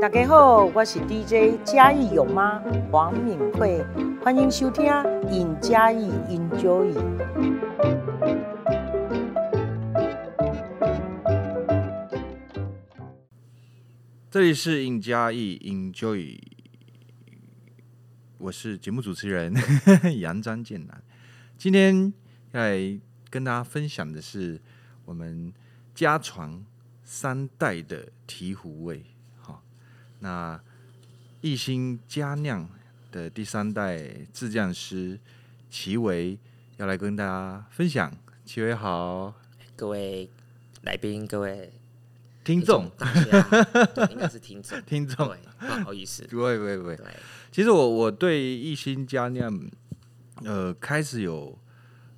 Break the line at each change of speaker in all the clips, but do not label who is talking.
大家好，我是 DJ 嘉义有妈黄敏慧，欢迎收听《尹嘉义 Enjoy》。
这里是尹嘉义 Enjoy，我是节目主持人 杨张建南。今天要来跟大家分享的是我们家传三代的醍醐味。好，那一心佳酿的第三代制酱师齐维要来跟大家分享。齐维好，
各位来宾、各位
听众，
大家，对应该是听众，
听众，
对，不好意思，
不会不会不会
对，，
其实我我对一心家那样，呃，开始有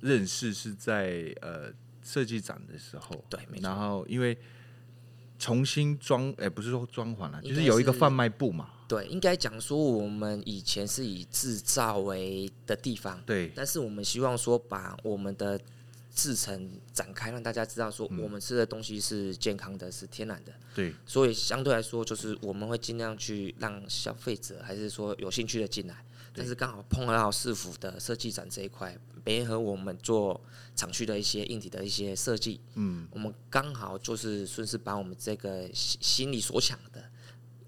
认识是在呃设计展的时候，
对没错
然后因为重新装，哎、不是说装潢了，就
应该
是有一个
是
贩卖部嘛，
对，应该讲说我们以前是以制造为的地方，
对
但是我们希望说把我们的制成展开，让大家知道说
嗯
我们吃的东西是健康的，是天然的，
对
所以相对来说，就是我们会尽量去让消费者还是说有兴趣的进来，但是刚好碰到市府的设计展这一块，联合我们做厂区的一些硬体的一些设计，嗯，我们刚好就是顺势把我们这个心心里所想的，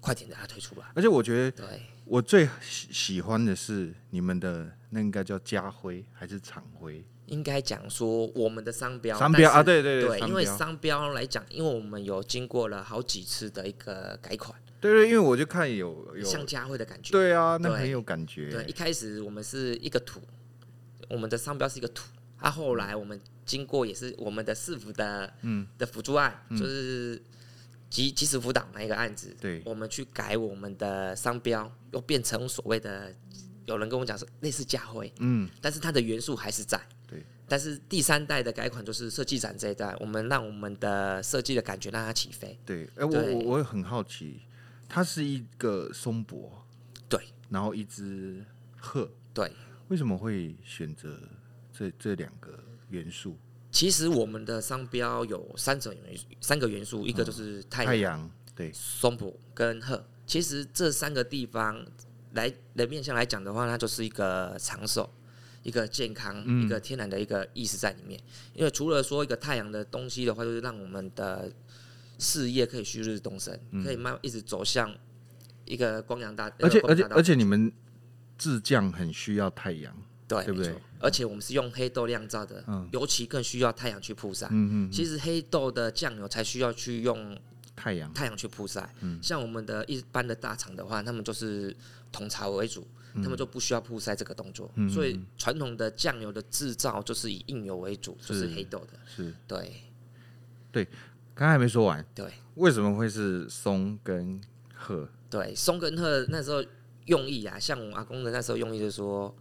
快点给它推出来。
而且我觉得
对，
我最喜喜欢的是你们的那应该叫家徽还是厂徽，
应该讲说我们的商标，
商标
但是
啊，对对
对，
商
因为
标
商标来讲，因为我们有经过了好几次的一个改款，
对对，因为我就看有
像
有，
佳慧的感觉，
对啊，那
对
很有感觉，
对，一开始我们是一个土，我们的商标是一个土，啊，后来我们经过也是我们的市府的嗯的辅助案，就是及及时辅导那一个案子，
对
我们去改我们的商标，又变成所谓的，有人跟我讲说类似家徽，
嗯，
但是它的元素还是在。
对，
但是第三代的改款就是设计展这一代，我们让我们的设计的感觉让它起飞。
对，哎、我
对
我我也很好奇，它是一个松柏，
对
然后一只鹤，
对，
为什么会选择这这两个元素？
其实我们的商标有三种元素，三个元素，一个就是太阳
太、阳，对，
松浦跟鹤，其实这三个地方来的面向来讲的话，它就是一个长寿、一个健康、
嗯
一个天然的一个意识在里面。因为除了说一个太阳的东西的话，就是让我们的事业可以旭日东升，可以慢慢一直走向一个光阳大，
嗯而且
呃
而且而且，
光明大道
你们制酱很需要太阳，
对
对不嗯对
没错而且我们是用黑豆酿造的，尤其更需要太阳去曝晒。嗯嗯，其实黑豆的酱油才需要去用
太阳，
太阳去曝晒。像我们的一般的大厂的话，他们就是统茶为主，他们就不需要曝晒这个动作。所以传统的酱油的制造就是以硬油为主，就是
是
黑豆的。
是，
对
刚才还没说完，
对
为什么会是松跟鹤？
对，松跟鹤那时候用意啊，像我阿公的那时候用意就是说。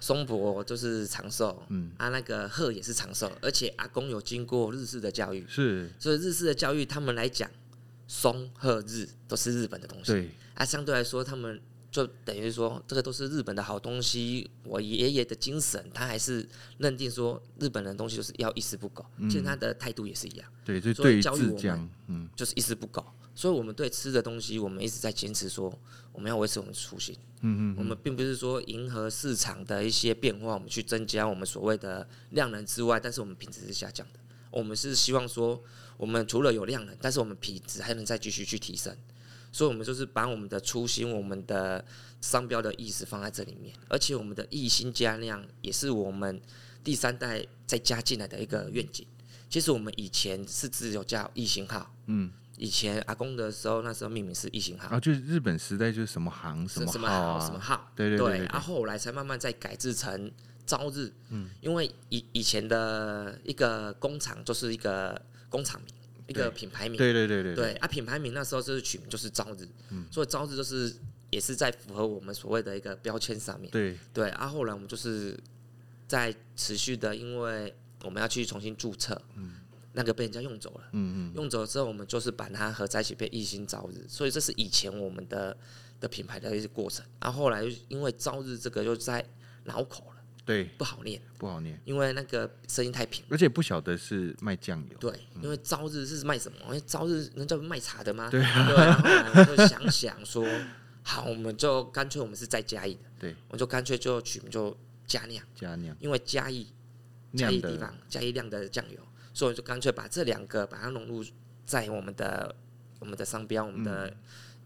松柏就是长寿，嗯，啊，那个鹤也是长寿，而且阿公有经过日式的教育，
是，
所以日式的教育他们来讲，松鹤日都是日本的东西，
对，
啊，相对来说，他们就等于说，这个都是日本的好东西。我爷爷的精神，他还是认定说，日本人的东西就是要一丝不苟。其实他的态度也是一样，
对，就
所以
对于
教育
制
我
酱，嗯，
就是一丝不苟。所以，我们对吃的东西，我们一直在坚持说，我们要维持我们的初心。嗯嗯，我们并不是说迎合市场的一些变化，我们去增加我们所谓的量能之外，但是我们品质是下降的。我们是希望说，我们除了有量能，但是我们品质还能再继续去提升。所以，我们就是把我们的初心、我们的商标的意识放在这里面，而且我们的一心加量也是我们第三代再加进来的一个愿景。其实我们以前是只有叫一星号，嗯，以前阿公的时候，那时候命名是一星号
啊，，就是日本时代就是什么行
什
么
什
号
么
啊，
什么号，
对对
对
对对对
然后后来才慢慢再改制成朝日，嗯，因为以以前的一个工厂就是一个工厂名，一个品牌名，
对对对对嗯
对，啊，品牌名那时候就是取名就是朝日，所以朝日就是也是在符合我们所谓的一个标签上面，
对，
对，啊，后来我们就是在持续的，因为我们要去重新注册，那个被人家用走了，嗯嗯，用走了之后，我们就是把它合在一起变一心朝日，所以这是以前我们的的品牌的一些过程，啊，后来又因为朝日这个又在脑口了，
对，
不好念，
不好念，
因为那个声音太平。
而且不晓得是卖酱油，
对，因为朝日是卖什么？因为朝日人家不是卖茶的吗？嗯对、啊然后后来我就想想说，好，我们就干脆我们是在嘉义的，
对，
我就干脆就取名就嘉酿，
加酿
因为嘉义嘉
酿
义地
的
方嘉义酿的酱油，所以我就干脆把这两个把它融入在我们的我们的商标我们的、
嗯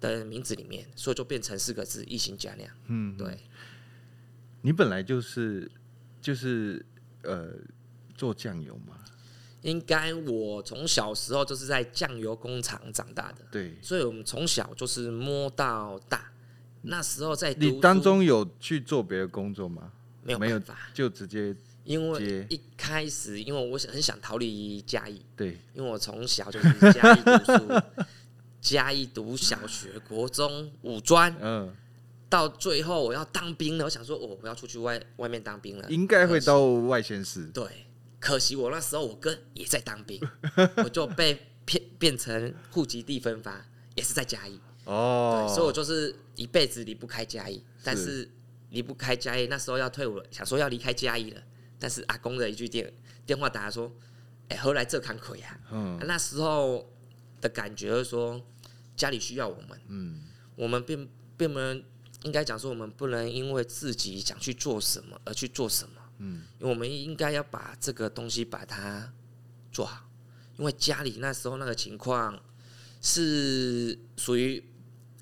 的名字里面，所以就变成四个字“异形嘉酿”。嗯，对，
你本来就是就是呃做酱油嘛，
应该我从小时候就是在酱油工厂长大的。
对，
所以我们从小就是摸到大。那时候在读
你
书
当中有去做别的工作吗？
没有
没有
办法，
就直接
因为
接
一开始因为我想很想逃离嘉义，
对，
因为我从小就是嘉义读书， 嘉义读小学、国中、五专，
嗯、
到最后我要当兵了，我想说哦我我要出去外外面当兵了，
应该会
可惜
到外县市，
呃对，可惜我那时候我哥也在当兵，我就被骗变成户籍地分发，也是在嘉义。
哦
对，所以我就是一辈子离不开嘉义，但是离不开嘉义。那时候要退伍了，想说要离开嘉义了，但是阿公的一句电电话打来说：“哎、何来这坎坷呀？”
嗯
那时候的感觉就是说，家里需要我们，
嗯，
我们并并不能应该讲说，我们不能因为自己想去做什么而去做什么。嗯，因为我们应该要把这个东西把它做好，因为家里那时候那个情况是属于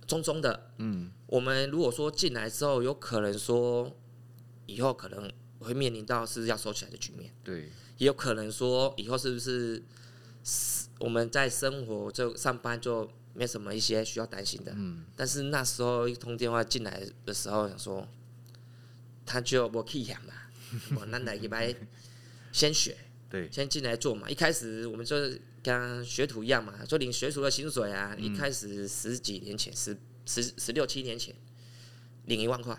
中中的。嗯，我们如果说进来之后，有可能说以后可能会面临到是要收起来的局面。
对，
也有可能说以后是不是是我们在生活就上班就没什么一些需要担心的。
嗯
但是那时候一通电话进来的时候，想说他就我 去养嘛，我那来一拜先学，
对，
先进来做嘛。一开始我们就是跟学徒一样嘛，就领学徒的薪水啊。
嗯
一开始十几年前，十十十六七年前，领一万块。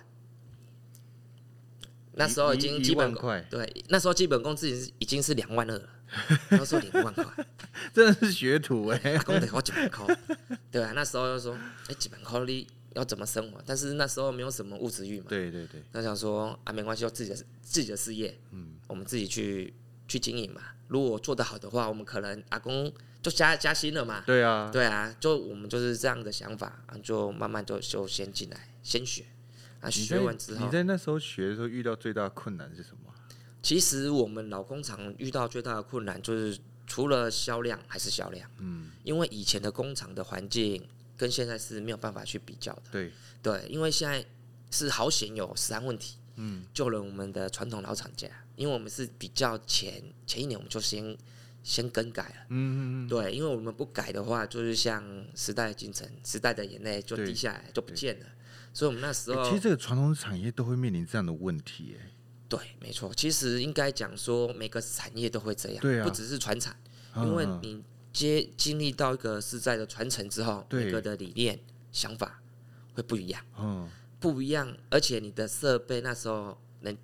那时候已经
一
基本
一万
工
块
对，那时候基本工资已经是已经是两万二 了，那时候领一万块，
真的是学徒哎、
阿公得我几万块，对啊，那时候就说，哎、几万块你要怎么生活？但是那时候没有什么物质欲嘛，
对对对，
他想说啊，没关系，就自己的自己的事业，嗯，我们自己去去经营嘛。如果做得好的话，我们可能阿公就加加薪了嘛。
对啊，
对啊，就我们就是这样的想法，啊就慢慢就就先进来，先学啊，
你
学
在
完之后
你，在那时候学的时候遇到最大的困难是什么？
其实我们老工厂遇到最大的困难就是除了销量还是销量，嗯，因为以前的工厂的环境跟现在是没有办法去比较的。
对，
对，因为现在是好险有食安问题，嗯，救了我们的传统老厂家，因为我们是比较前前一年我们就先先更改了，
嗯，
对，因为我们不改的话，就是像时代的进程、时代的眼泪就
对
滴下来就不见了，所以我们那时
欸
候、
其实这个传统产业都会面临这样的问题、欸，
对，没错，其实应该讲说每个产业都会这样，
对啊
不只是传产，
嗯
因为
嗯
你接经历到一个世代的传承之后，
对
每个的理念想法会不一样。
嗯，
不一样，而且你的设备那时候能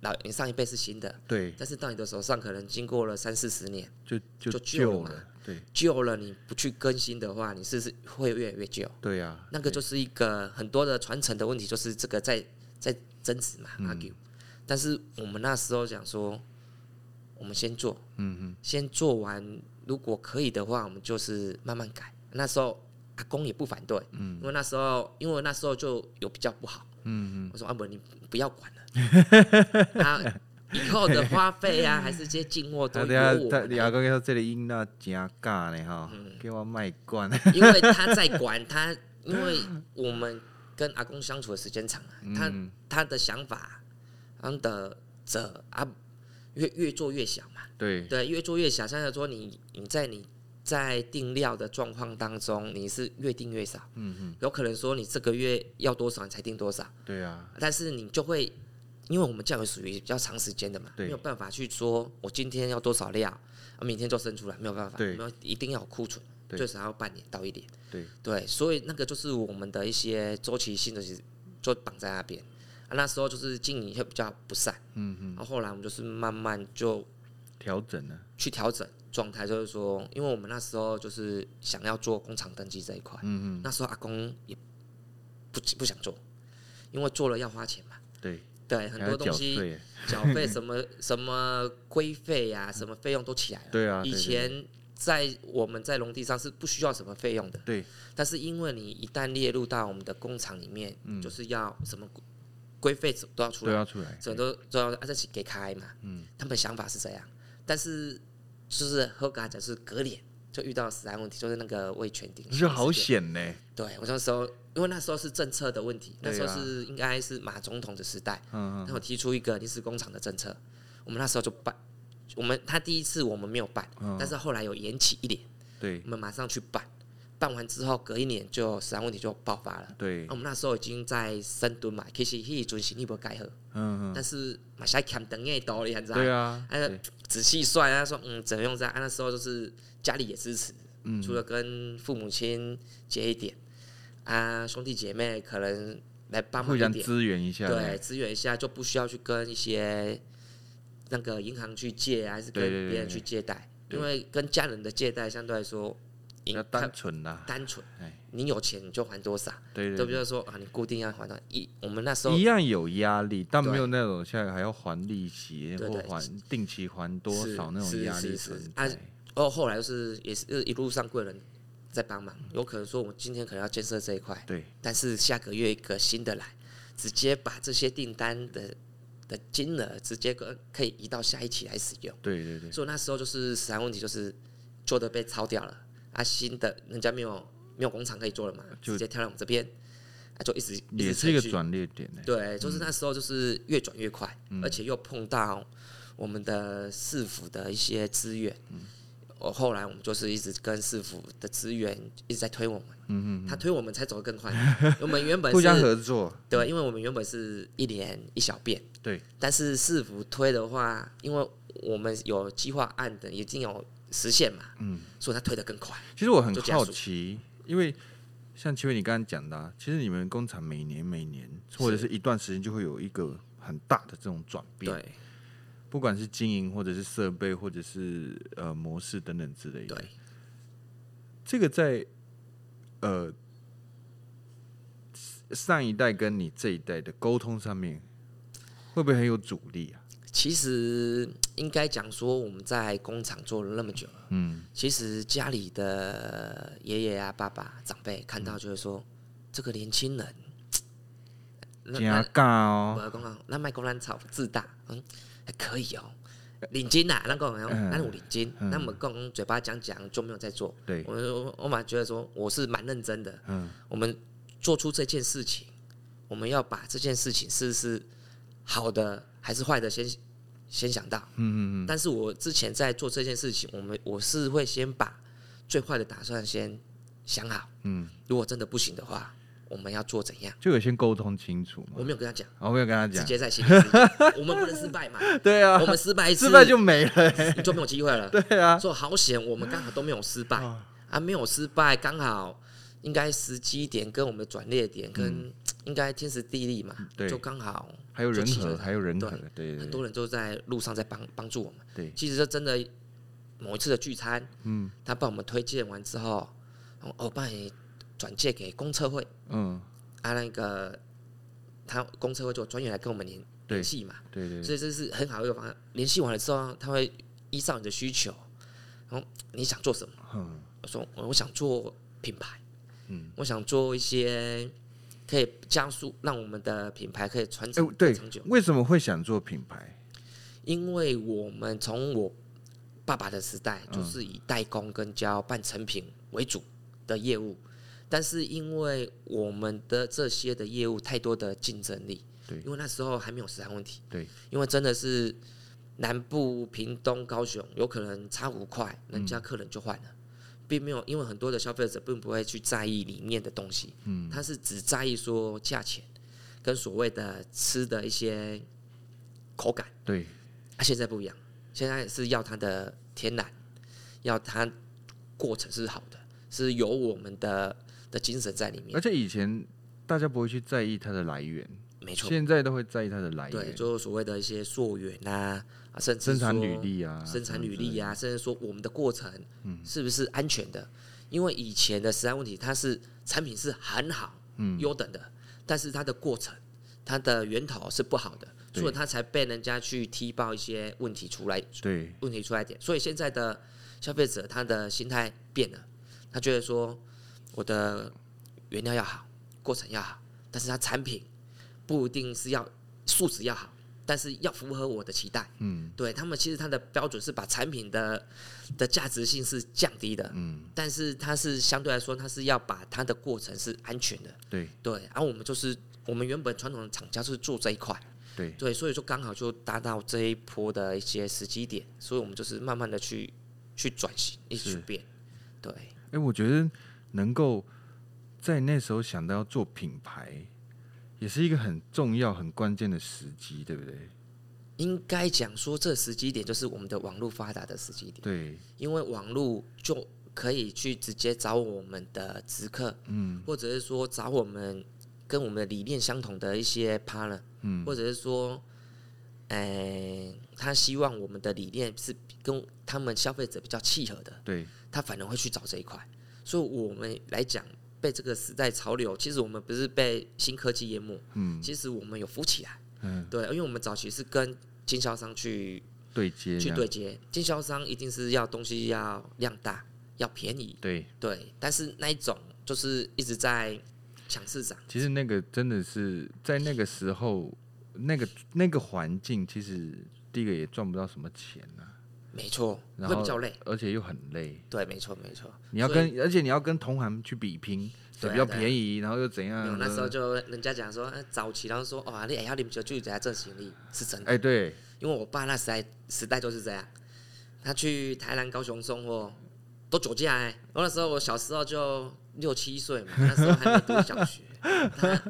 老你上一辈是新的，
对，
但是到你的手上可能经过了三四十年，
就就旧
就旧
了，
了
对
旧了你不去更新的话，你是是会越来越旧。
对啊，
那个就是一个很多的传承的问题，就是这个在在争执嘛、a r g u e 但是我们那时候讲说，我们先做，嗯嗯，先做完，如果可以的话，我们就是慢慢改。那时候阿公也不反对，嗯，因为那时候因为那时候就有比较不好，嗯嗯，我说阿伯你不要管了，啊，以后的花费啊，还是接进货
他
都由
等下
我
啊他
们嗯
牙哥说这里音那加尬呢哈，给我卖罐，
因为他在管他，因为我们跟阿公相处的时间长了，啊他他的想法，他的者啊，越越做越小嘛，
对
对，越做越小。像是说你你在你在定料的状况当中，你是越定越少，嗯嗯，有可能说你这个月要多少你才定多少，
对啊，
但是你就会，因为我们酱油属于比较长时间的嘛，
对
没有办法去说我今天要多少料，啊明天就生出来，没有办法，
对
没有一定要有库存，
对
最少要半年到一年，
对
对，所以那个就是我们的一些周期性的，就绑在那边。啊，那时候就是经营会比较不善，嗯嗯，然后后来我们就是慢慢就
调整啊了，
去调整状态，就是说，因为我们那时候就是想要做工厂登记这一块，
嗯
嗯嗯，那时候阿公也不不想做，因为做了要花钱嘛，
对啊
对，很
还要
多东
缴
西
税，
缴 费什么什么规费呀，什么费用都起来了。
对啊对
以
对
前在我们在农地上是不需要什么费用的，
对，
但是因为你一旦列入到我们的工厂里面，
嗯
就是要什么规费都要出
都
来，
要出来，
所以都都要按这起给开嘛。
啊嗯
他们的想法是这样，但是就是和跟他讲是隔年就遇到实在问题，就是那个味全顶。
是好险呢、
对我那时候，因为那时候是政策的问题，那
对啊
时候是应该是马总统的时代，
嗯
那我提出一个临时工厂的政策，我们那时候就办，我们他第一次我们没有办，
嗯
但是后来有延期一年，
对
我们马上去办，办完之后隔一年就食安问题就爆发了。
对
那我，们那时候已经在深蹲嘛，其实迄阵是你无改好，
嗯嗯，
但是马来欠等的道理，你知道吗
对啊，
哎
对
仔细算，他说嗯，怎么用这样？啊那时候就是家里也支持，
嗯
除了跟父母亲借一点，啊，兄弟姐妹可能来帮忙
互
一
相
点，
支援一下，
对，，支援一下，就不需要去跟一些那个银行去借啊，还是跟
对对对
别人去
对
借贷，
对
因为跟家人的借贷相对来说，
比
银
较
它
单纯啦，
单纯
哎，
你有钱你就还多少，
对
对
对
不对？说啊，你固定要还到一，我们那时候
一样有压力，但
对
没有那种现在还要还利息
对
或
对
还定期还多
是
少那种
是
压力
是
存
是啊
在。
哦，后来就是也是一路上贵人在帮忙，有可能说我们今天可能要建设这一块，
对，
但是下个月一个新的来，直接把这些订单的的金额直接跟可以移到下一期来使用。
对对对，
所以那时候就是实战问题，就是旧的被抄掉了，啊，新的人家没有没有工厂可以做了嘛，
就
直接跳到我们这边，啊，就一直一直
也是一个
持续
转捩点呢。
对，就是那时候就是越转越快，
嗯
而且又碰到我们的市府的一些资源。
嗯
我后来我们就是一直跟市府的资源一直在推我们，
嗯
他推我们才走 得更快。我们原
嗯，
本
互相
是
合作，
对，因为我们原本是一年一小变，
对，
但是市府推的话，因为我们有计划案的已经有实现嘛，
嗯。
所以他推得更快。
其实我很
就加
好
速
奇，因为像前面你刚刚讲的、啊，其实你们工厂每年每年或者是一段时间就会有一个很大的这种转变，
对
不管是经营或者是设备或者是呃模式等等之类的。
对，
这个在呃上一代跟你这一代的沟通上面，会不会很有阻力啊？
其实应该讲说我们在工厂做了那么久，
嗯，
其实家里的爷爷啊、爸爸长辈看到就会说，这个年轻人，那
加
那
尬哦，
我讲啊，那卖公然草自大，嗯，还可以哦。领巾呐、啊，那个
嗯
那有领巾，
嗯
那我们共嘴巴讲讲就没有在做。
对，
我我我蛮觉得说我是蛮认真的，
嗯，
我们做出这件事情，我们要把这件事情是是好的还是坏的先先想到。
嗯嗯嗯，
但是我之前在做这件事情，我们我是会先把最坏的打算先想好。
嗯，
如果真的不行的话，我们要做怎样？
就有先沟通清楚嘛。
我没有跟他讲，
哦我没有跟他
直
讲，
接在心里直接。 我们不能失败嘛，
对啊
我，们失败一次，
失败就没了欸、
你就没有机会了。
对啊，
说好险，我们刚好都没有失败啊，没有失败，刚好应该时机点跟我们的转捩点跟应该天时地利嘛，
对
就刚好
还有人
就起
和，
了
还有人和
对，
对对
很
对
多人都在路上在帮帮助我们。
对，
其实这真的某一次的聚餐，
嗯
他帮我们推荐完之后，哦我帮你转借给公测会
嗯，
啊，那个他公测会就有专员来跟我们联
对
联系嘛，
对对
所
对，
以这是很好的一个方案。联系完了之后，他会依照你的需求，然后你想做什么？
嗯
我说我想做品牌，
嗯，
我想做一些可以加速让我们的品牌可以传
哎、
承、
对
长久，，
为什么会想做品牌？
因为我们从我爸爸的时代就是以代工跟交半成品为主的业务，但是因为我们的这些的业务太多的竞争力，
对
因为那时候还没有时尚问题，
对，
因为真的是南部、屏东、高雄有可能差五块，人家客人就换了。
嗯
并没有，因为很多的消费者并不会去在意里面的东西，
嗯
他是只在意说价钱跟所谓的吃的一些口感。
对，
啊，现在不一样，现在是要它的天然，要它过程是好的，是有我们的的精神在里
而
面，
且以前大家不会去在意它的来源，
没错。
现在都会在意它的来
对，
源，
就是所谓的一些溯源啊，啊甚至
生产
说
履、历啊，
生产履
这
历
样
啊，甚至说我们的过程
嗯
是不是安全的？因为以前的食安问题，它是产品是很好、
嗯
优等的，但是它的过程它的源头是不好的，
对
所以它才被人家去踢爆一些问题出来，
对，
问题出来点。所以现在的消费者他的心态变了，他觉得说我的原料要好，过程要好，但是它产品不一定是要素质要好，但是要符合我的期待。
嗯
对他们其实它的标准是把产品的的价值性是降低的，
嗯，
但是它是相对来说，它是要把它的过程是安全的，
对
对。然、后我们就是我们原本传统的厂家是做这一块，
对，
对，所以说刚好就搭到这一波的一些时机点，所以我们就是慢慢的去去转型，一直
是
去变，对，
哎、我觉得能够在那时候想到要做品牌，也是一个很重要、很关键的时机，对不对？
应该讲说这时机点就是我们的网络发达的时机点。
对，
因为网络就可以去直接找我们的直客，嗯，或者是说找我们跟我们的理念相同的一些 partner，嗯，或者是说，哎、他希望我们的理念是跟他们消费者比较契合的，
对，
他反而会去找这一块。所以我们来讲，被这个时代潮流，其实我们不是被新科技淹没，
嗯
其实我们有浮起来，
嗯，
对，因为我们早期是跟经销商去
对接这
去
样，
对接。经销商一定是要东西要量大，要便宜，
对，
对。但是那一种就是一直在抢市场，
其实那个真的是在那个时候，那个那个环境，其实第一个也赚不到什么钱啊，
没错，
然
会
后
比较累。
而且又很累。
对，没错，没错。
你要
所以
跟，而且你要跟同行去比拼，谁
对啊
比较
对啊
便宜，然后又怎
没有
样？
那时候就人家讲说，呃早期然后说，哇，你哎要你们就就在这行李是真的，
哎，对，
因为我爸那时代时代就是这样，他去台南、高雄送货都酒驾哎、我那时候我小时候就六七岁嘛， 那时候还没读小学，他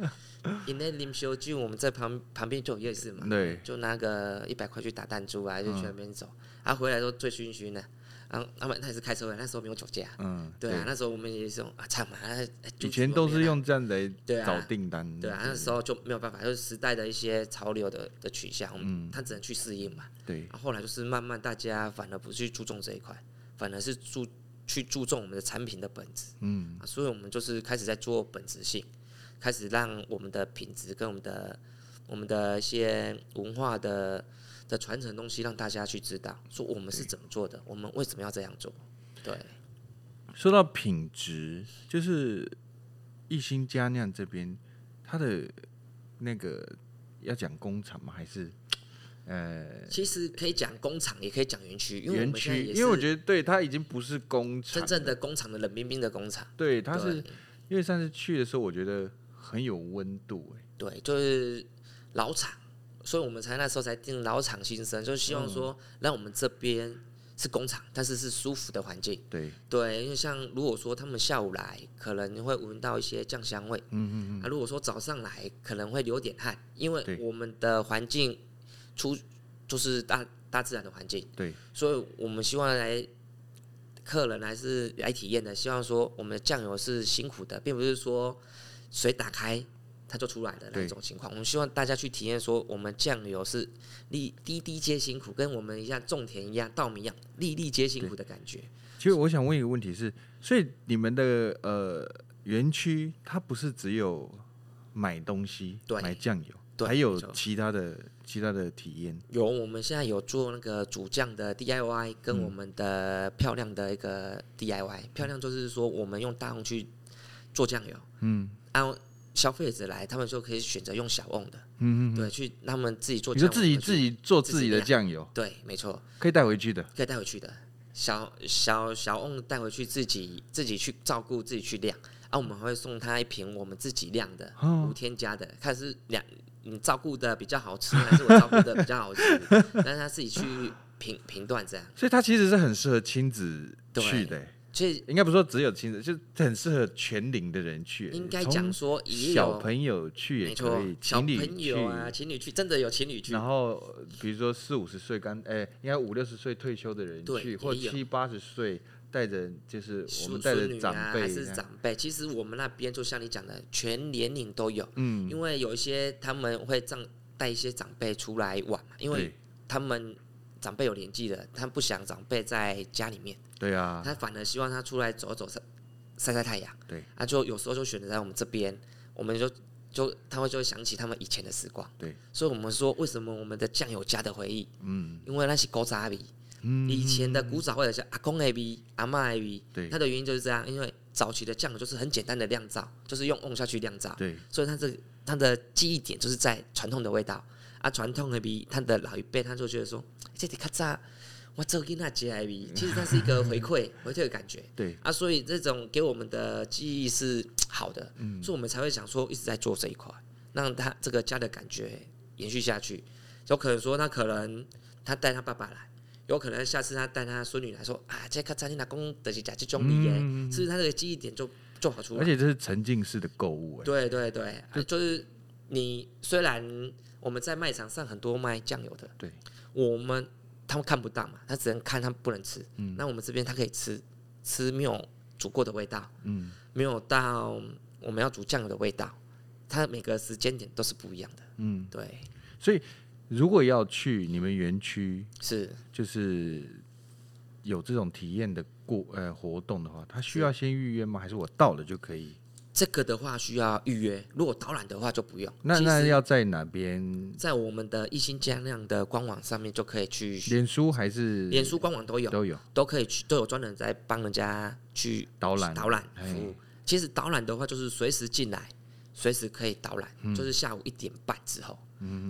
因为林修就我们在旁旁边就有夜市嘛，
对，
就拿个一百块去打弹珠啊，就
嗯
去那边走，他、回来都醉醺醺的，啊然后他们他也是开车回来，那时候没有酒驾，
嗯，
对啊，那时候我们也是用啊，惨嘛，啊
以前都是，用这样来
对啊
找订单，
就是没有啦对啊，那时候就没有办法，就是时代的一些潮流的的取向，我
嗯
们他只能去适应嘛。
对，
然后后来就是慢慢大家反而不去注重这一块，反而是注去注重我们的产品的本质、
嗯，
啊所以我们就是开始在做本质性，开始让我们的品质跟我们的我们的一些文化的的传承东西让大家去知道，说我们是怎么做的，我们为什么要这样做，对。
说到品质，就是一心佳酿这边，它的那个要讲工厂吗？还是呃
其实可以讲工厂，也可以讲园区，因为我
园
们现在
区？
也
因为我
是
觉得对它已经不是工厂
真
了，
正的工厂的冷冰冰的工厂。
对它是
对
因为上次去的时候，我觉得很有温度、哎，
对，就是老厂，所以我们才那时候才定老厂新生，就
嗯
希望说让我们这边是工厂，但是是舒服的环境。
对，
对，因为像如果说他们下午来，可能会闻到一些酱香味；
嗯嗯嗯，
啊，如果说早上来，可能会流点汗，因
对
为我们的环境出就是大大自然的环境，
对，
所以我们希望来客人还是来体验的，希望说我们的酱油是辛苦的，并不是说水打开它就出来的那
对
一种情况。我们希望大家去体验说，我们酱油是粒滴滴皆辛苦，跟我们一样种田一样、稻米一样，粒粒皆辛苦的感觉。
其实我想问一个问题是，所以你们的呃园区，它不是只有买东西，
对
买酱油，
对
还有
没错
其他的其他的体验，
有，我们现在有做那个主酱的 DIY，跟
嗯
我们的漂亮的一个 DIY。漂亮就是说，我们用大瓮去做酱油，
嗯
按消费者来，他们就可以选择用小瓮的，
嗯嗯，
对，去他们自己做
你
酱
说
油。
自己自，己做
自
自己
己
的
酿
酱油，
对，没错，
可以带回去的，
可以带回去的。小小小瓮带回去自己自己去照顾，自己去晾。啊，我们会送他一瓶我们自己晾的，
哦
无添加的，看是两你照顾的比较好吃，还是我照顾的比较好吃，让他自己去评评断这样。
所以它其实是很适合亲子去的、
所以
应该不是说只有亲子，就是很适合全龄的人去、
应该讲
从
说也
小
有，
朋友去
没
也可
错
以，，
小
情侣
朋
去
友啊，情侣去，真的有情侣去
然，后呃比如说四五十岁刚，哎、应该五六十岁退休的人
对
去，
也
或
有
七八十岁带着就是我们
孙
带
孙
着
女
长
啊
辈
还
这
是
样，
长辈，其实我们那边就像你讲的，全年龄都有，
嗯，
因为有一些他们会这样带一些长辈出来玩嘛，因为
对
他们长辈有年纪了，他们不想长辈在家里面，
对啊，
他反而希望他出来走走晒晒晒太阳，
对，
啊，就有时候就选择在我们这边，我们就就他们就会想起他们以前的时光。
对，
所以我们说，为什么我们的酱有家的回忆？
嗯
因为那是古早味，
嗯，
以前的古早味是阿公的味、阿嬷的味。
对
它的原因就是这样，因为早期的酱就是很简单的酿造，就是用瓮下去酿造，
对
所以它这个它的记忆点就是在传统的味道。啊，传统的味，他的老一辈他就觉得说，哎这得较早，我做囡仔吃的 味，其实它是一个回馈 回馈的感觉。
对，
啊，所以这种给我们的记忆是好的，
嗯
所以我们才会想说一直在做这一块，让他这个家的感觉延续下去。有可能说，他可能他带他爸爸来，有可能下次他带他孙女来说啊，这个餐厅老公的是假这种礼耶，
嗯
是不是他这个记忆点就就跑出来？
而且这是沉浸式的购物、哎，
对对对，啊就是你虽然我们在卖场上很多卖酱油的，
对，
我们他们看不到嘛，他只能看，他不能吃。
嗯
那我们这边他可以吃，吃没有煮过的味道，
嗯，
没有到我们要煮酱油的味道，它每个时间点都是不一样的。
嗯，
对，
所以如果要去你们园区，
是
就是有这种体验的过呃活动的话，它需要先预约吗？还是我到了就可以？
这个的话需要预约，如果导览的话就不用。
那
其
那
实
要在哪边？
在我们的一心酱酿的官网上面就可以去，
脸书还是
脸书官网都有，
都有
都可以去，都有专人在帮人家去
导览
导览
嘿
服务。其实导览的话，就是随时进来，随时可以导览，
嗯
就是下午一点半之后。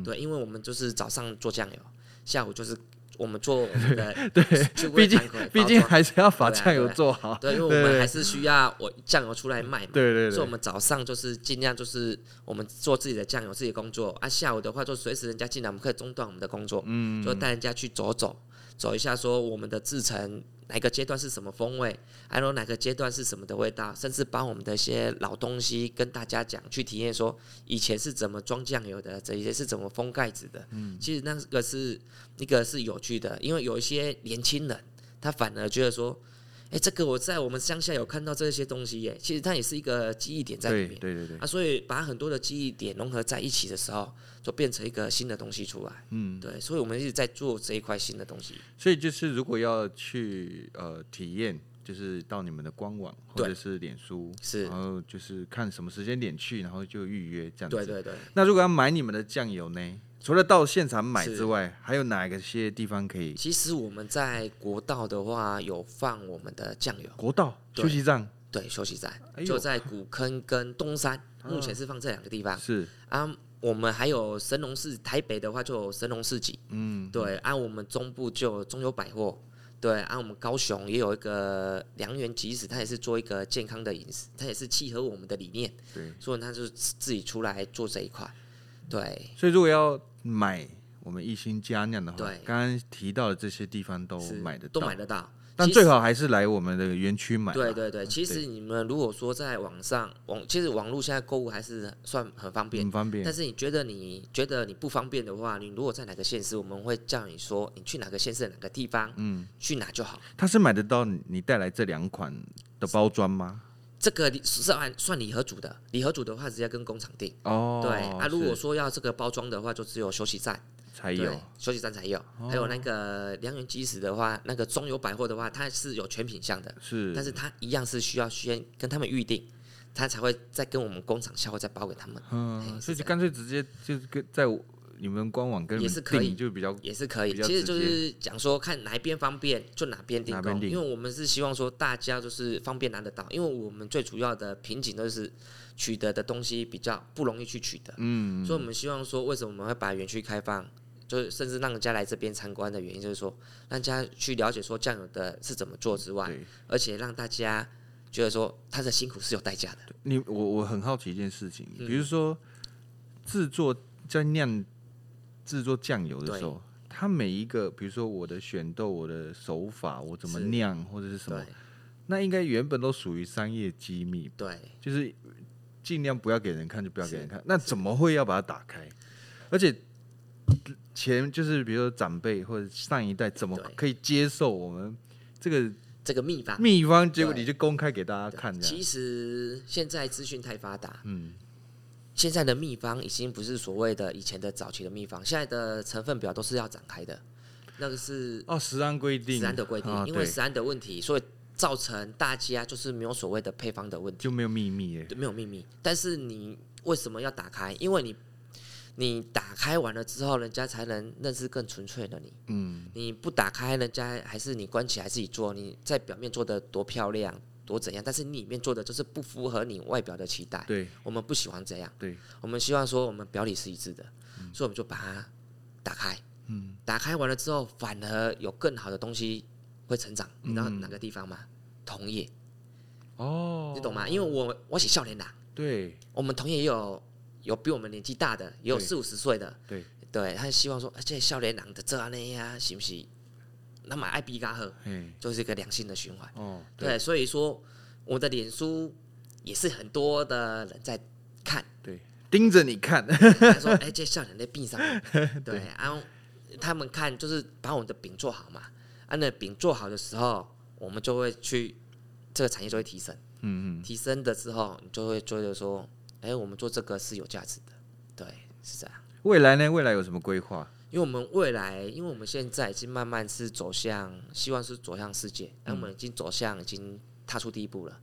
对，因为我们就是早上做酱油，下午就是我们做我 们的对
毕竟毕竟还是要把
对啊
酱油
对啊
做好。
对，因为我们还是需要我酱油出来卖嘛。
对对
所以我
对，
们早上就是尽量就是我们做自己的酱油，自己的工作啊。下午的话就随时人家进来，我们可以中断我们的工作，嗯，就带人家去走走，走一下说我们的制成哪个阶段是什么风味，还有哪个阶段是什么的味道，甚至把我们的一些老东西跟大家讲，去体验说以前是怎么装酱油的，这些是怎么封盖子的。嗯，其实那个是那个是有趣的，因为有一些年轻人他反而觉得说。哎、这个我在我们乡下有看到这些东西耶，其实它也是一个记忆点在里
对
面。
对对对，
啊，所以把很多的记忆点融合在一起的时候，就变成一个新的东西出来。
嗯，
对，所以我们一直在做这一块新的东西。
所以就是如果要去呃体验，就是到你们的官网或
对
者是脸书，
是
然后就是看什么时间点去，然后就预约这样子。
对对对，
那如果要买你们的酱油呢？除了到现场买之外，还有哪个些地方可以？
其实我们在国道的话有放我们的酱油，
国道
对
休息站
对，休息站、
哎呦嗯
就在古坑跟东山，目前是放这两个地方
是，
啊。我们还有神农市，台北的话就有神农市集，
嗯，
对，啊，我们中部就有中友百货，对，啊，我们高雄也有一个良缘集市，它也是做一个健康的饮食，它也是契合我们的理念，
对。
所以他就自己出来做这一块，对，
所以如果要买我们一心佳酿的话
对，
刚刚提到的这些地方都
是
哦买得
都
到，
买得到，
但
其实
最好还是来我们的园区买啦。嗯
对对对，其实你们如果说在网上网，其实网络现在购物还是算很方便
很，方便
但。是你觉得你觉得你不方便的话，你如果在哪个县市，我们会叫你说你去哪个县市哪个地方，
嗯，
去哪就好。
它是买得到你你带来这两款的包装吗？
这个你是按算礼盒组的，礼盒组的话直接跟工厂订。
哦，
对啊，如果
是
说要这个包装的话，就只有休息站，
才
对
有，哦
休息站才有。还有那个良源基石的话，那个中油百货的话，它是有全品项的，
是，
但是它一样是需要先跟他们预定，它才会再跟我们工厂下货再包给他们，
嗯，
嘿
所以
是这
就干脆直接就是跟在我你们官网跟你
也
们
是可以
订就比较
也是可
比
以。
较
其实就
直接
是讲说看哪一边方便就哪边订
哪
购，
边订
因为我们是希望说大家就是方便拿得到，因为我们最主要的瓶颈就是取得的东西比较不容易去取得，
嗯，
所以我们希望说，为什么我们会把园区开放，就是甚至让人家来这边参观的原因，就是说让大家去了解说酱油的是怎么做之外，
对。
而且让大家觉得说他的辛苦是有代价的。
你我我很好奇一件事情，
嗯
比如说制作在酿制作酱油的时候，它每一个，比如说我的选豆、我的手法、我怎么
是
酿或者是什么
对，
那应该原本都属于商业机密，
对，
就是尽量不要给人看，就不要给人看。那怎么会要把它打开？而且前就是比如说长辈或者上一代怎么
对
可以接受我们这个
这个秘方。
秘方？结果
对
你就公开给大家
对
看，这
其
样
实现在资讯太发达，
嗯。
现在的秘方已经不是所谓的以前的早期的秘方，现在的成分表都是要展开的，那个是
哦，食安规定，
食安的规定，
啊、
因为
对
食安的问题，所以造成大家就是没有所谓的配方的问题。
就没有秘密耶。
对，没有秘密。但是你为什么要打开？因为你你打开完了之后，人家才能认识更纯粹的你。
嗯
你不打开，人家还是你关起来自己做，你在表面做的多漂亮多怎样，但是你里面做的就是不符合你外表的期待。
对
我们不喜欢这样，
对，
我们希望说我们表里是一致的，所以我们就把它打开。
嗯
打开完了之后，反而有更好的东西会成长。你
嗯
知道哪个地方吗？同业，
哦，
你懂吗？因为我我写笑脸啦，
对
我们同业也有有比我们年纪大的，也有
对
四五十岁的，
对，
对他希望说，啊这笑脸人的这样那样啊，是不是？那么爱比较好，
嘿
就是一个良性的循环。
哦
对，所以说我的脸书也是很多的人在 看，
对，盯着你看，
他说：“哎、这笑脸在 闭上。”对，然后、他们看就是把我们的饼做好嘛，啊，那饼做好的时候，我们就会去这个产业就会提升，
嗯嗯，
提升的之后，你就会觉得说，哎、我们做这个是有价值的，对，是这样。
未来呢？未来有什么规划？
因为我们未来，因为我们现在已经慢慢是走向，希望是走向世界，那、我们已经走向，已经踏出第一步了，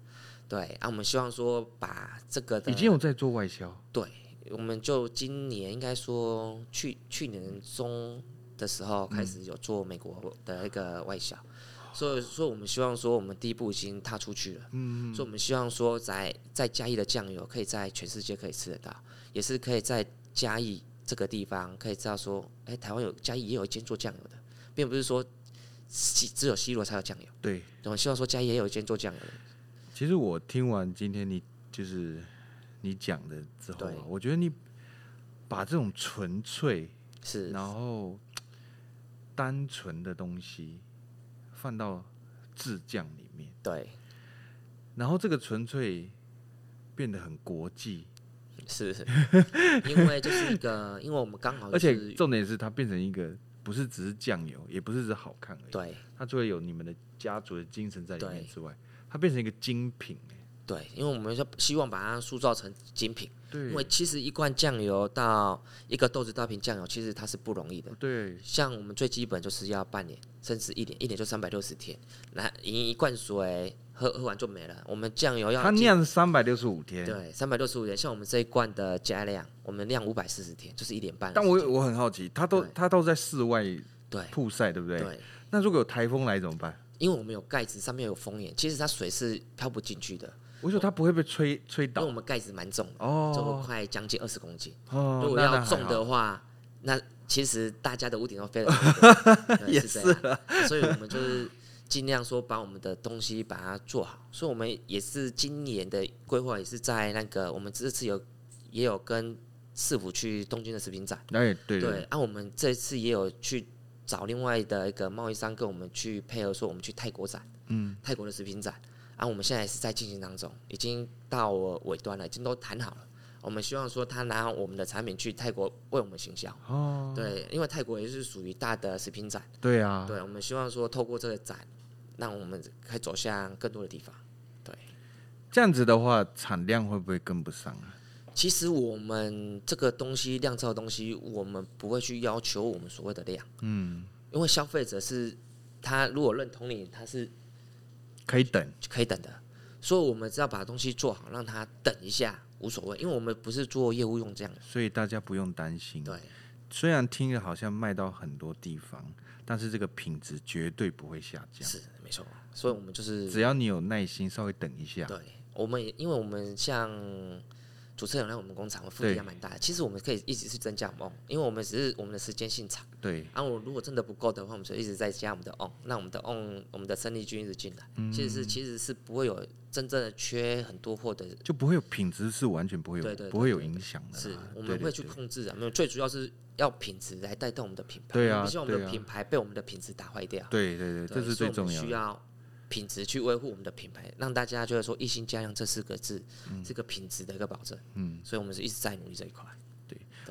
对，啊，我们希望说把这个的
已经有在做外销，
对，我们就今年应该说去去年中的时候开始有做美国的一个外销，所以所以我们希望说我们第一步已经踏出去了，
哦嗯，
所以我们希望说在在嘉义的酱油可以在全世界可以吃得到，也是可以在嘉义这个地方可以知道说，哎、台湾有嘉义也有一间做酱油的，并不是说西只有西罗才有酱油，
对。
我们希望说嘉义也有一间做酱油的，
其实我听完今天你就是你讲的之后、
对
啊，我觉得你把这种纯粹，
是
然后单纯的东西放到制酱里面，
对
然后这个纯粹变得很国际，
是，因为就是一个，因为我们刚好、
而
哦就是，
且重点是它变成一个不是只是酱油，也不是只好看而已，
对
它除了有你们的家族的精神在里面
对
之外，它变成一个精品、欸
对，因为我们就希望把它塑造成精品，因
对
为其实一罐酱油到一个豆子大瓶酱油，其实它是不容易的。
对，
像我们最基本就是要半年，甚至一年，一年就三百六十天，来饮一罐水，喝喝完就没了。我们酱油要
它
进
酿三百六十五天，
对三百六十五天，像我们这一罐的加量，我们量五百四十天，就是一年半的
但
时间。
我我很好奇，它都
对
它都在室外
对
曝晒，对不对？
对，
那如果有台风来怎么办？
因为我们有盖子，上面有风眼，其实它水是飘不进去的，
我说它不会被吹吹
因为我
倒
们盖子蛮重的，就
哦
快将近二十公斤。
哦，
如果
那
要
那还
种的
好
话，那其实大家的屋顶都飞 了很多对，
也
是这样，所以我们就是尽量说把我们的东西把它做好。所以我们也是今年的规划，也是在那个我们这次有也有跟市府去东京的食品展，
哎，对
对
对，，
啊，我们这次也有去找另外的一个贸易商跟我们去配合，说我们去泰国展，
嗯，
泰国的食品展，啊，我们现在也是在进行当中，已经到尾端了，已经都谈好了。我们希望说他拿我们的产品去泰国为我们行销，
哦，
对，因为泰国也是属于大的食品展，
对啊，
对，我们希望说透过这个展，让我们可以走向更多的地方。
这样子的话，产量会不会跟不上啊？
其实我们这个东西酿造的东西，我们不会去要求我们所谓的量，
嗯，
因为消费者是他如果认同你，他是
可以等，
可以等的，所以我们只要把东西做好，让他等一下无所谓，因为我们不是做业务用这样的。
所以大家不用担心。
对，
虽然听着好像卖到很多地方，但是这个品质绝对不会下降。
是没错，所以我们就是
只要你有耐心，稍微等一下，
对，我们也因为我们像主持人来我们工厂，我们负力
对
量蛮大的。其实我们可以一直去增加我们 on，因为我们只是我们的时间性长。
对，
啊，我如果真的不够的话，我们就一直在加我们的 on，那我们的 on 我们的生力军一直进来，其
嗯
实是其实是不会有真正的缺很多货的。
就不会有品质是完全不会
对
有
对对
不会有影响的啦。
是我
对
们
对
会去
对
控制啊，没有最主要是要品质来带动我们的品牌，
对
我们
啊
不希望我们
对
的
啊
品牌被我们的品质打坏掉。
对对对，这是
啊所以
最
我
重
们
要
需
的。
要品质去维护我们的品牌，让大家觉得说“一心加量”这四个字，这个品质的一个保证。
嗯，
所以我们是一直在努力这一块。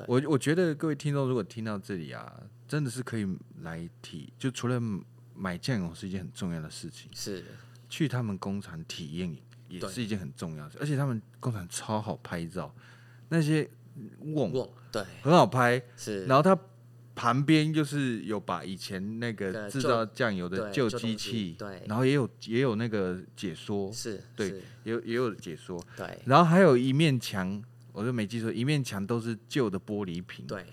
我我觉得各位听众如果听到这里啊，真的是可以来体，就除了买酱油是一件很重要的事情，
是，
去他们工厂体验也
对
是一件很重要的事，而且他们工厂超好拍照，那些瓮
我对
很好拍，
是
然后它旁边就是有把以前那个
对
制
旧
造酱油的
对
旧
旧
机
东西
器，
对
然后也有也有那个解说，
是，
对
是
也有也有解说，
对
然后还有一面墙我就没记错，一面墙都是旧的玻璃瓶。
对，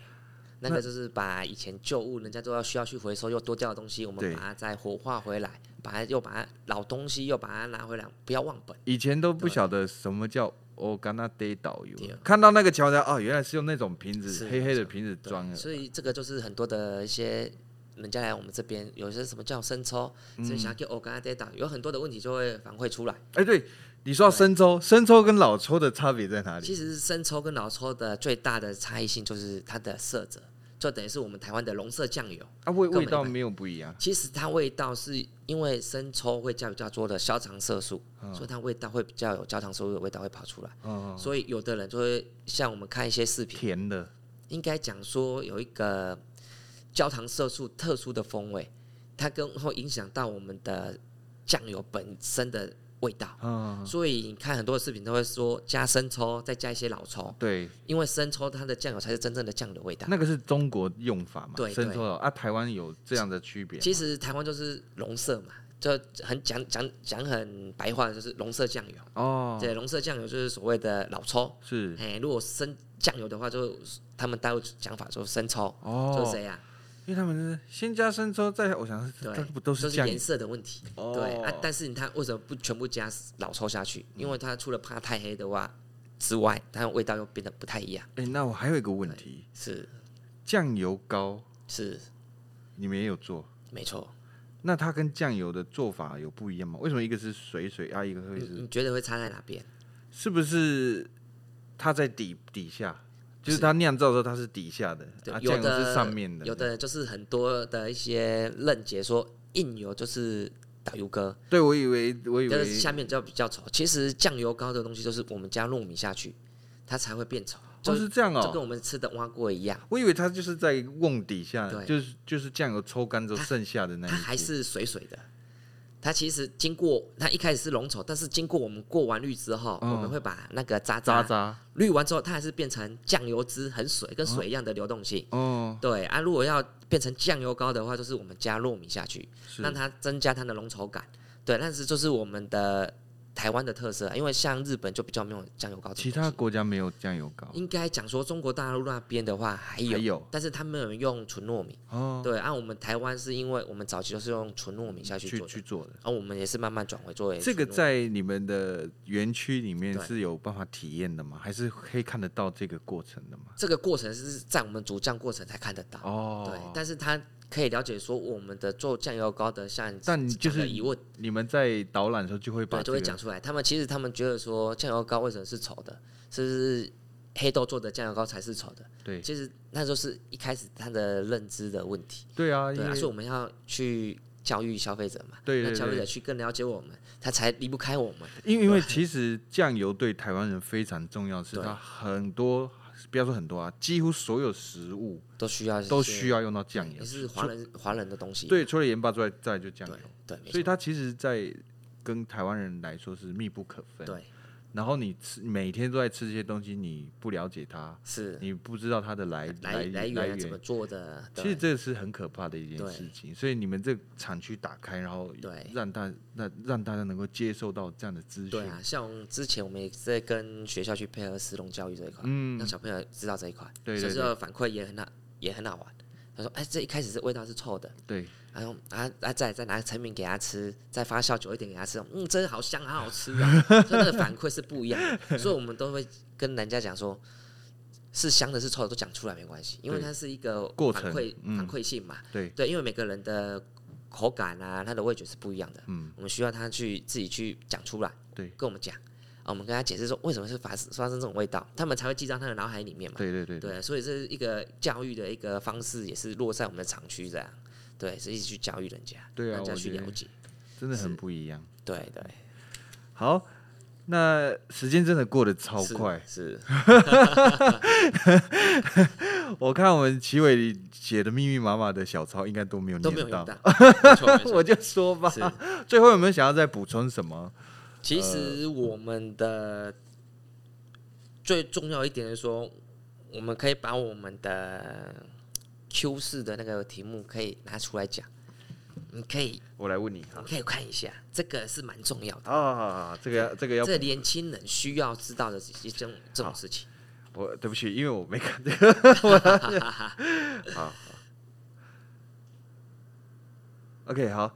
那个就是把以前旧物，人家都要需要去回收又丢掉的东西，我
对
们把它再活化回来，把它又把它老东西又把它拿回来，不要忘本。
以前都不晓得什么叫欧甘那 day 导游
对啊，
看到那个桥的哦，原来是用那种瓶
是
子，
没
黑黑的
错
瓶子
对
装的。
所以这个就是很多的一些人家来我们这边，有些什么叫生抽，
嗯
所以想要给 o r g a n i data，有很多的问题就会反馈出来。
哎，对，你说到生抽，生抽跟老抽的差别在哪里？
其实生抽跟老抽的最大的差异性就是它的色泽，就等于是我们台湾的龙色酱油。
啊，味
根本
味道
没
没有不一样。
其实它味道是因为生抽会加比较多的焦糖色素，
嗯
所以它味道会比较有焦糖色素的味道会跑出来。
哦，
所以有的人就会像我们看一些视频，
甜的，
应该讲说有一个焦糖色素特殊的风味，它跟会影响到我们的酱油本身的味道。
嗯，
所以你看很多的视频都会说加生抽，再加一些老抽，
对，
因为生抽它的酱油才是真正的酱油的味道。
那个是中国用法嘛，
对
生
对
抽老啊，台湾有这样的区别吗。
其实台湾就是龙色嘛，就很讲讲讲很白话，就是龙色酱油。
哦，
对，龙色酱油就是所谓的老抽。
是
哎、如果生酱油的话就，他们大陆讲法就是生抽，就是
哦，
这样。
因为他们是先加生抽，再我想是
对
这不都
就是是
酱
颜
油？
色的问题。
哦
对啊，但是它为什么不全部加老抽下去？因为它除了怕太黑的话之外，它的味道又变得不太一样。
哎，那我还有一个问题，
是
酱油膏
是，
你们也有做？
没错。
那它跟酱油的做法有不一样吗？为什么一个是水水啊，一个会
你
是
你觉得会差在哪边？
是不是它在底底下？就是
是
它酿造的时候它是底下的，
对
啊，
有
酱油
的
是上面的。
有的就是很多的一些认解说硬油就是打油哥，
对我以为我以
但
为
是下面就比较稠。其实酱油膏的东西就是我们加糯米下去，它才会变稠，就
哦是这样
就跟
哦，
我们吃的蛙锅一样，
我以为它就是在瓮底下，
对
就是就是酱油抽干之后
它
剩下的那一
它还
些
是水水的。它其实经过，它一开始是浓稠，但是经过我们过完滤之后，
嗯
我们会把那个渣
渣
渣
渣
滤完之后，它还是变成酱油汁，很水，跟水一样的流动性。
哦，
对啊，如果要变成酱油膏的话，就是我们加糯米下去，
是
让它增加它的浓稠感。对，但是就是我们的台湾的特色啊，因为像日本就比较没有酱油膏这种
其他
东西
国家没有酱油膏
应该讲说中国大陆那边的话还有，
还有
但是他们有用纯糯米。
哦，
对，按、啊、我们台湾是因为我们早期都是用纯糯米下去
去
做的，
去做的。
然后、我们也哎是慢慢转回作为
这个
纯糯米
在你们的园区里面
对
是有办法体验的吗？还是可以看得到这个过程的吗？
这个过程是在我们煮酱过程才看得到。
哦，
对，但是他可以了解说我们的做酱油膏的像
但你就是
讲的疑问。
你们在导览的时候就会把
对，
这
就
个
会讲出来。他们其实他们觉得说酱油膏为什么是丑的，是不是黑豆做的酱油膏才是丑的？
对
其实那就是一开始他的认知的问题。
对啊，
对
因
啊，
为
所以我们要去教育消费者嘛，
对对
让消费
对
者去更了解我们，他才离不开我们。
因为因为其实酱油对台湾人非常重要，是
对
它很多不要说很多啊，几乎所有食物
都需要
都需
要，
要用到酱油
也，是华人华人的东西。
对，除了盐巴之外，再来就酱油
对，对，没
所以
错，
它其实，在跟台湾人来说是密不可分。
对，
然后你吃每天都在吃这些东西，你不了解它，
是
你不知道它的来
来
来
源啊怎么做的？
其实
对
这是很可怕的一件
对
事情，所以你们这个厂区打开，然后
对
让大那让大家能够接受到这样的资讯
对，啊，像之前我们也在跟学校去配合石龙教育这一块，
嗯
让，小朋友知道这一块，
对
所
对对
以这个反馈也很好，也很好玩。他说：“哎，这一开始这味道是臭的，
对，
然后啊啊，再再拿成品给他吃，再发酵久一点给他吃，嗯，真的好香，好好吃 啊！所以那个反馈是不一样的，所以我们都会跟人家讲说，是香的，是臭的，都讲出来没关系，因为
对
它是一个
过
反
程
馈
嗯
反馈性嘛，
对，
对，因为每个人的口感啊，他的味觉是不一样的，
嗯，
我们需要他去自己去讲出来，
对
跟我们讲，啊，我们跟他解释说为什么是发生发生这种味道，他们才会记到他的脑海里面嘛。
对对对对，
对，所以这是一个教育的一个方式，也是落在我们的厂区这样。对，是一直去教育人家，
对啊
让人家去
我觉得
了解。
真的很不一样。
对对，
好，那时间真的过得超
是
快，
是，
我看我们齐伟写的密密麻麻的小抄应该都没有
都没有
念
用
到，
到。 没错没
我
错，
就说吧
是。
最后有没有想要再补充什么？
其实
呃
我们的最重要一点是说，我们可以把我们的 Q 式的那个题目可以拿出来讲，你可以
我来问你
你
哈。
可以看一下，这个是蛮重要的。
啊，这个要这个要
这年轻人需要知道的一些这种这
好
种事情，
我对不起，因为我没看这个。我好好，OK，好。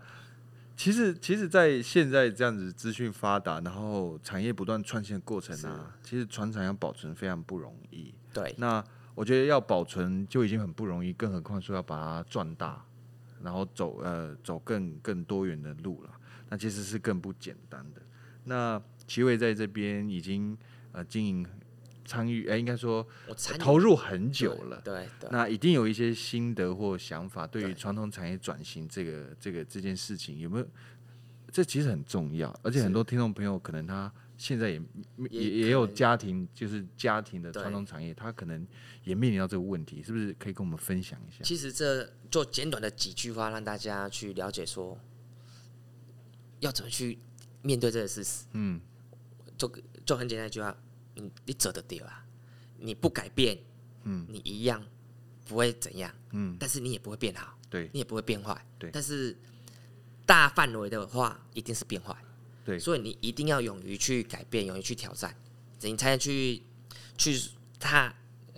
其实，其实，在现在这样子资讯发达，然后产业不断创新的过程啊，其实船厂要保存非常不容易。
对，
那我觉得要保存就已经很不容易，更何况说要把它壮大，然后走呃走更更多元的路了，那其实是更不简单的。那奇伟在这边已经呃经营参与，哎、应该说
我参与
投入很久了。
对对
那一定有一些心得或想法，对于
对
传统产业转型这个这个这件事情，有没有？这其实很重要，而且很多听众朋友可能他现在也也
也可
也有
能
家庭，就是家庭的
对
传统产业，他可能也面临到这个问题，是不是可以跟我们分享一下？
其实这就简短的几句话，让大家去了解说要怎么去面对这个事实。
嗯，
就就很简单一句话，你你走得丢啊，你不改变，
嗯，
你一样不会怎样，
嗯，
但是你也不会变好，
对
你也不会变坏，
对
但是大范围的话，一定是变坏，
对
所以你一定要勇于去改变，勇于去挑战，你才能去去踏，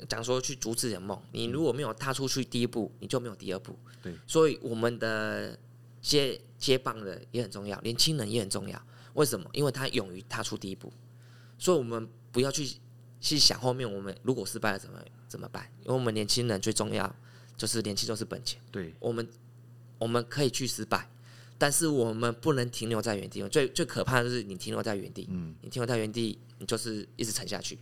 讲说去阻止你的梦。你如果没有踏出去第一步，你就没有第二步。
对，
所以我们的接接棒的也很重要，年轻人也很重要。为什么？因为他勇于踏出第一步，所以我们不要去去想后面我们如果失败了怎么怎么办？因为我们年轻人最重要就是年轻就是本钱。
对
我们我们可以去失败，但是我们不能停留在原地。最最可怕的就是你停留在原地，
嗯
你停留在原地，你就是一直沉下去。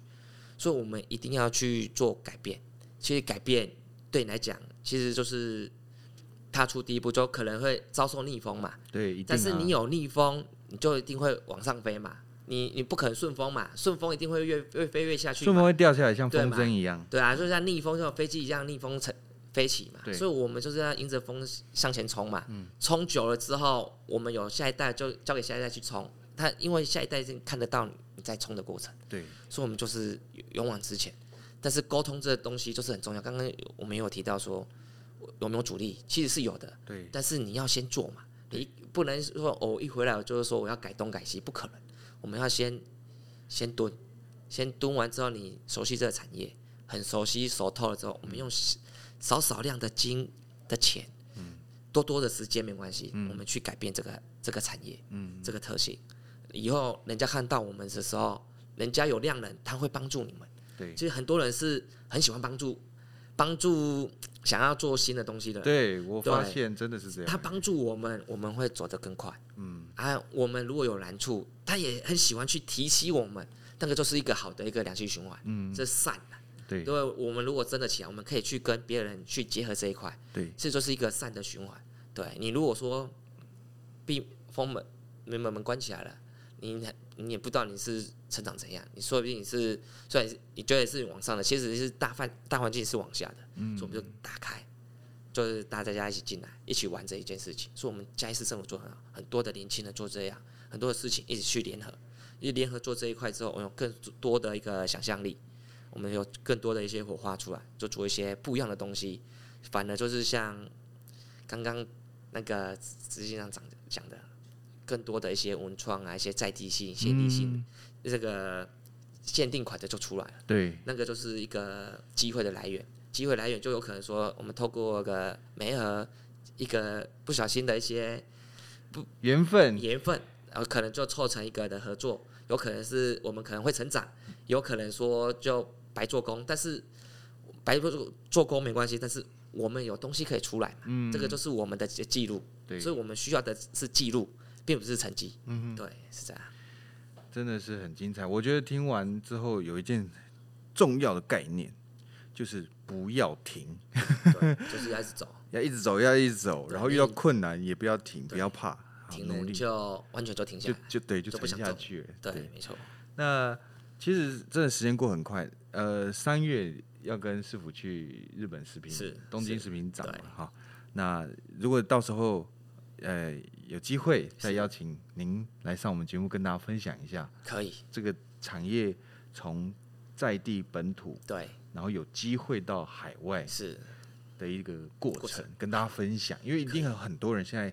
所以我们一定要去做改变。其实改变对你来讲，其实就是踏出第一步，就可能会遭受逆风嘛。
对，一定、啊。
但是你有逆风，你就一定会往上飞嘛。你你不可能顺风嘛，顺风一定会越越飞越下去嘛。
顺风会掉下来，像
对
风
嘛
筝一样。
对啊，就像逆风，像飞机一样逆风乘飞起嘛
对。
所以我们就是要迎着风向前冲嘛。冲、久了之后，我们有下一代就交给下一代去冲。他因为下一代已经看得到你在冲的过程，
对
所以我们就是勇往直前。但是沟通这个东西就是很重要。刚刚有我们也有提到说有没有阻力，其实是有的，
对
但是你要先做嘛，你不能说哦一回来我就是说我要改东改西，不可能。我们要先先蹲，先蹲完之后，你熟悉这个产业，很熟悉熟透了之后，我们用少少量的金的钱，多多的时间没关系，我们去改变这个这个产业，这个特性。以后人家看到我们的时候，人家有量能，他会帮助你们。
对
其实很多人是很喜欢帮助，帮助想要做新的东西的人。
对，我发
对
现真的是这样。
他帮助我们，我们会走得更快。嗯，啊，我们如果有难处，他也很喜欢去提起我们，那个就是一个好的一个良性循环。嗯，这是善啊。
对
因为我们如果真的起来，我们可以去跟别人去结合这一块，
对
这就是一个善的循环。对你如果说闭封门门门门关起来了，你你也不知道你是成长怎样，你说不定你是虽然你觉得是往上的，其实是大范大环境是往下的，所以我们就打开，就是大家一起进来，一起玩这一件事情。所以我们嘉义市政府做得很好，很多的年轻人做这样，很多的事情一起去联合，一联合做这一块之后，我们有更多的一个想象力，我们有更多的一些火花出来，就做一些不一样的东西。反而就是像刚刚那个执行长讲讲的，更多的一些文创啊，一些在地性、限定性、这个限定款的就出来了。
对
那个就是一个机会的来源，机会来源就有可能说，我们透过个媒合一个不小心的一些
缘分，
缘分，然后可能就凑成一个的合作，有可能是我们可能会成长，有可能说就白做工，但是白做做工没关系，但是我们有东西可以出来嘛，这个就是我们的记录，
嗯对，
所以我们需要的是记录，并不是成绩，嗯，对，是这样，
真的是很精彩。我觉得听完之后有一件重要的概念，就是不要停，
对，就是要一直走，
要一直走，要一直走，
对
然后遇到困难也不要停，不要怕，好
停
努
了
力
就完全就停下
就
来，
就对，就
就不
沉
想
下
走
去了。
对，没错。
那其实真的时间过很快，呃，三月要跟师傅去日本食品
是
东京
是
食品展嘛
对
哈。那如果到时候呃有机会再邀请您来上我们节目，跟大家分享一下
可以，
这个产业从在地本土
对，
然后有机会到海外
是，
的一个过
过
程
程，
跟大家分享。因为一定有很多人现在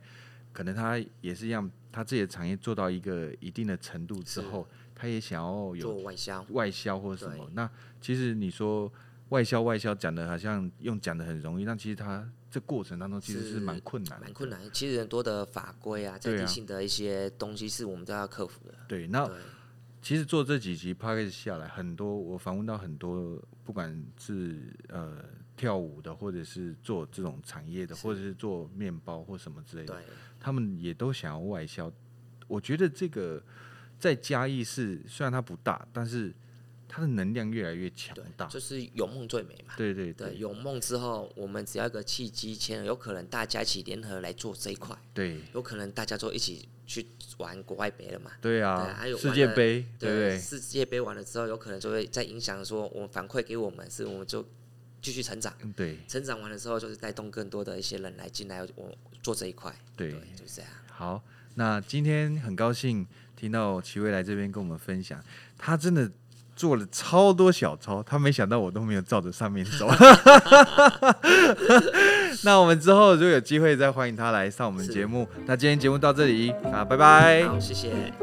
可能他也是一样，他自己的产业做到一个一定的程度之后，他也想要有
做外销，
外销或者什么。那其实你说外销外销讲的好像用讲的很容易，但其实它这过程当中其实是
是
蛮困难的，
蛮困难的。其实很多的法规啊，在
对啊
地性的一些东西是我们都要克服的。
对，那
对
其实做这几集 p a c k a g e 下来，很多我访问到很多，不管是呃跳舞的，或者是做这种产业的，
是
或者是做面包或什么之类的，
对，
他们也都想要外销。我觉得这个在嘉义市虽然它不大，但是它的能量越来越强
对
大。
就是有梦最美嘛。
啊对对
对，
对
有梦之后，我们只要有个契机，前有可能大家一起联合来做这一块，
对
有可能大家都一起去玩国外杯了嘛。
对
对
啊
还！有
世
完
界
了
杯，对不对？
世界杯完了之后，有可能就会再影响说，我们反馈给我们是，我们就继续成长，
嗯对
成长完了之后，就是带动更多的一些人来进来，我做这一块，
对
对，就是这样。
好，那今天很高兴听到齐薇来这边跟我们分享，他真的做了超多小抄，他没想到我都没有照着上面走。那我们之后如果有机会再欢迎他来上我们
是
节目。那今天节目到这里啊，拜拜。
好，谢谢。